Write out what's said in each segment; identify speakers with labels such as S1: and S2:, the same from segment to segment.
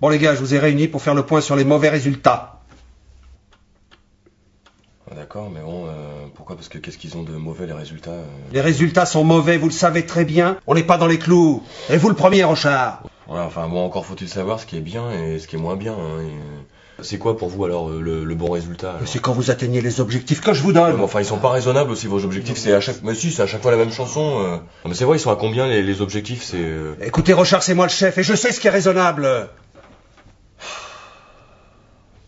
S1: Bon les gars, je vous ai réunis pour faire le point sur les mauvais résultats.
S2: Ouais, Ah, D'accord, mais bon, euh, pourquoi Parce que qu'est-ce qu'ils ont de mauvais les résultats euh
S1: Les résultats sont mauvais, vous le savez très bien. On n'est pas dans les clous. Et vous le premier, Rochard.
S2: Ouais, enfin bon, encore faut-il savoir ce qui est bien et ce qui est moins bien. hein, et, euh, C'est quoi pour vous alors euh, le, le bon résultat alors
S1: Mais c'est quand vous atteignez les objectifs que je vous
S2: Ouais, mais
S1: donne.
S2: Enfin, ils sont pas raisonnables aussi vos objectifs. C'est à chaque, mais si, c'est à chaque fois la même chanson. euh. Non, mais c'est vrai, ils sont à combien les, les objectifs C'est euh,
S1: Écoutez, Rochard, c'est moi le chef et je sais ce qui est raisonnable.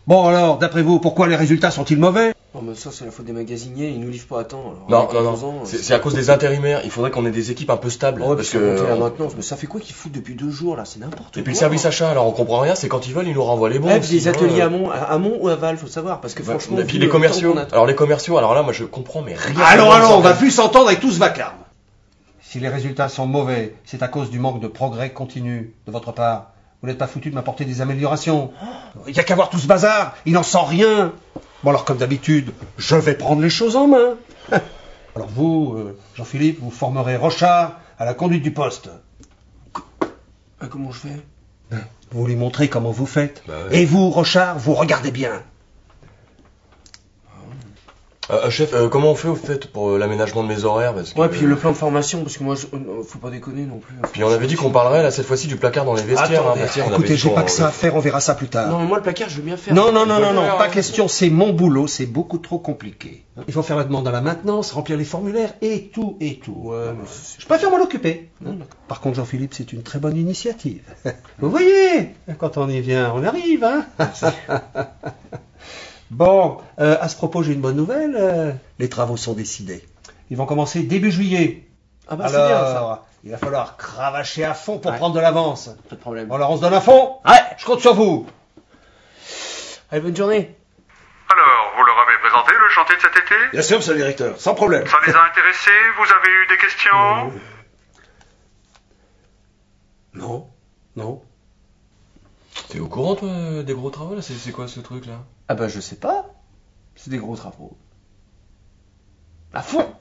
S1: Bon alors, d'après vous, pourquoi les résultats sont-ils mauvais
S3: Non, mais ça, c'est la faute des magasiniers, ils nous livrent pas à temps. Alors,
S2: non,
S3: avec
S2: non,
S3: 11 ans,
S2: non.
S3: euh,
S2: C'est c'est à cause des intérimaires. Il faudrait qu'on ait des équipes un peu stables.
S3: Ah ouais,
S2: parce
S3: parce
S2: que.
S3: que la
S2: on-
S3: maintenance, mais ça fait quoi qu'ils foutent depuis deux jours là C'est n'importe quoi.
S2: Et puis le service achat, alors on comprend rien. C'est quand ils veulent, ils nous renvoient les bons.
S3: Ouais, puis les
S2: sinon,
S3: ateliers
S2: euh,
S3: à Mont, à, à Mont ou à Val, faut savoir, parce que
S2: bah,
S3: franchement.
S2: et puis
S3: vu
S2: les
S3: le temps
S2: commerciaux.
S3: qu'on attend-
S2: Alors les commerciaux, alors là, moi je comprends, mais rien.
S1: Allons, allons, on va
S2: plus
S1: plus s'entendre avec tout ce vacarme. Si les résultats sont mauvais, c'est à cause du manque de progrès continu de votre part. Vous n'êtes pas foutu de m'apporter des améliorations. Oh, Il n'y a qu'à voir tout ce bazar, il n'en sent rien. Bon alors comme d'habitude, je vais prendre les choses en main. Alors vous, euh, Jean-Philippe, vous formerez Rochard à la conduite du poste.
S3: Ah, comment je fais
S1: Vous lui montrez comment vous faites.
S2: Bah ouais.
S1: Et vous, Rochard, vous regardez bien.
S2: Euh, euh, chef, euh, comment on fait au fait pour euh, l'aménagement de mes horaires parce que,
S3: Ouais, puis le plan de formation, parce que moi, je- euh, faut pas déconner non plus.
S2: euh, Puis on avait dit qu'on parlerait là cette fois-ci du placard dans les vestiaires.
S3: Attendez,
S2: hein, parce que on avait
S1: Écoutez,
S2: dit
S1: j'ai
S2: qu'on-
S1: pas que ça à faire, on verra ça plus tard.
S3: Non, mais moi, le placard, je veux bien faire.
S1: Non, non, non,
S2: peut
S1: non,
S2: le
S1: non,
S2: faire,
S1: pas
S2: hein.
S1: question, c'est mon boulot, c'est beaucoup trop compliqué. Il faut faire la demande à la maintenance, remplir les formulaires et tout, et tout. Euh,
S3: Ouais, mais c'est-
S1: Je préfère m'en occuper. hein.
S3: Non, d'accord.
S1: Par contre, Jean-Philippe, c'est une très bonne initiative. Vous voyez, quand on y vient, on arrive, hein Bon, euh, à ce propos, j'ai une bonne nouvelle. euh, les travaux sont décidés. Ils vont commencer début juillet.
S3: Ah, bah, c'est bien ça.
S1: Alors, il va falloir cravacher à fond pour
S3: Ouais.
S1: prendre de l'avance.
S3: Pas de problème.
S1: Bon, alors, on se donne à fond Ouais, je compte sur vous
S3: Allez, bonne journée.
S4: Alors, vous leur avez présenté le chantier de cet été
S1: Bien sûr, monsieur le directeur, sans problème.
S4: Ça les a intéressés Vous avez eu des questions
S1: Non, non.
S2: T'es au courant toi euh, des gros travaux là C'est c'est quoi ce truc là
S3: Ah, bah, je sais pas. C'est des gros travaux. À fond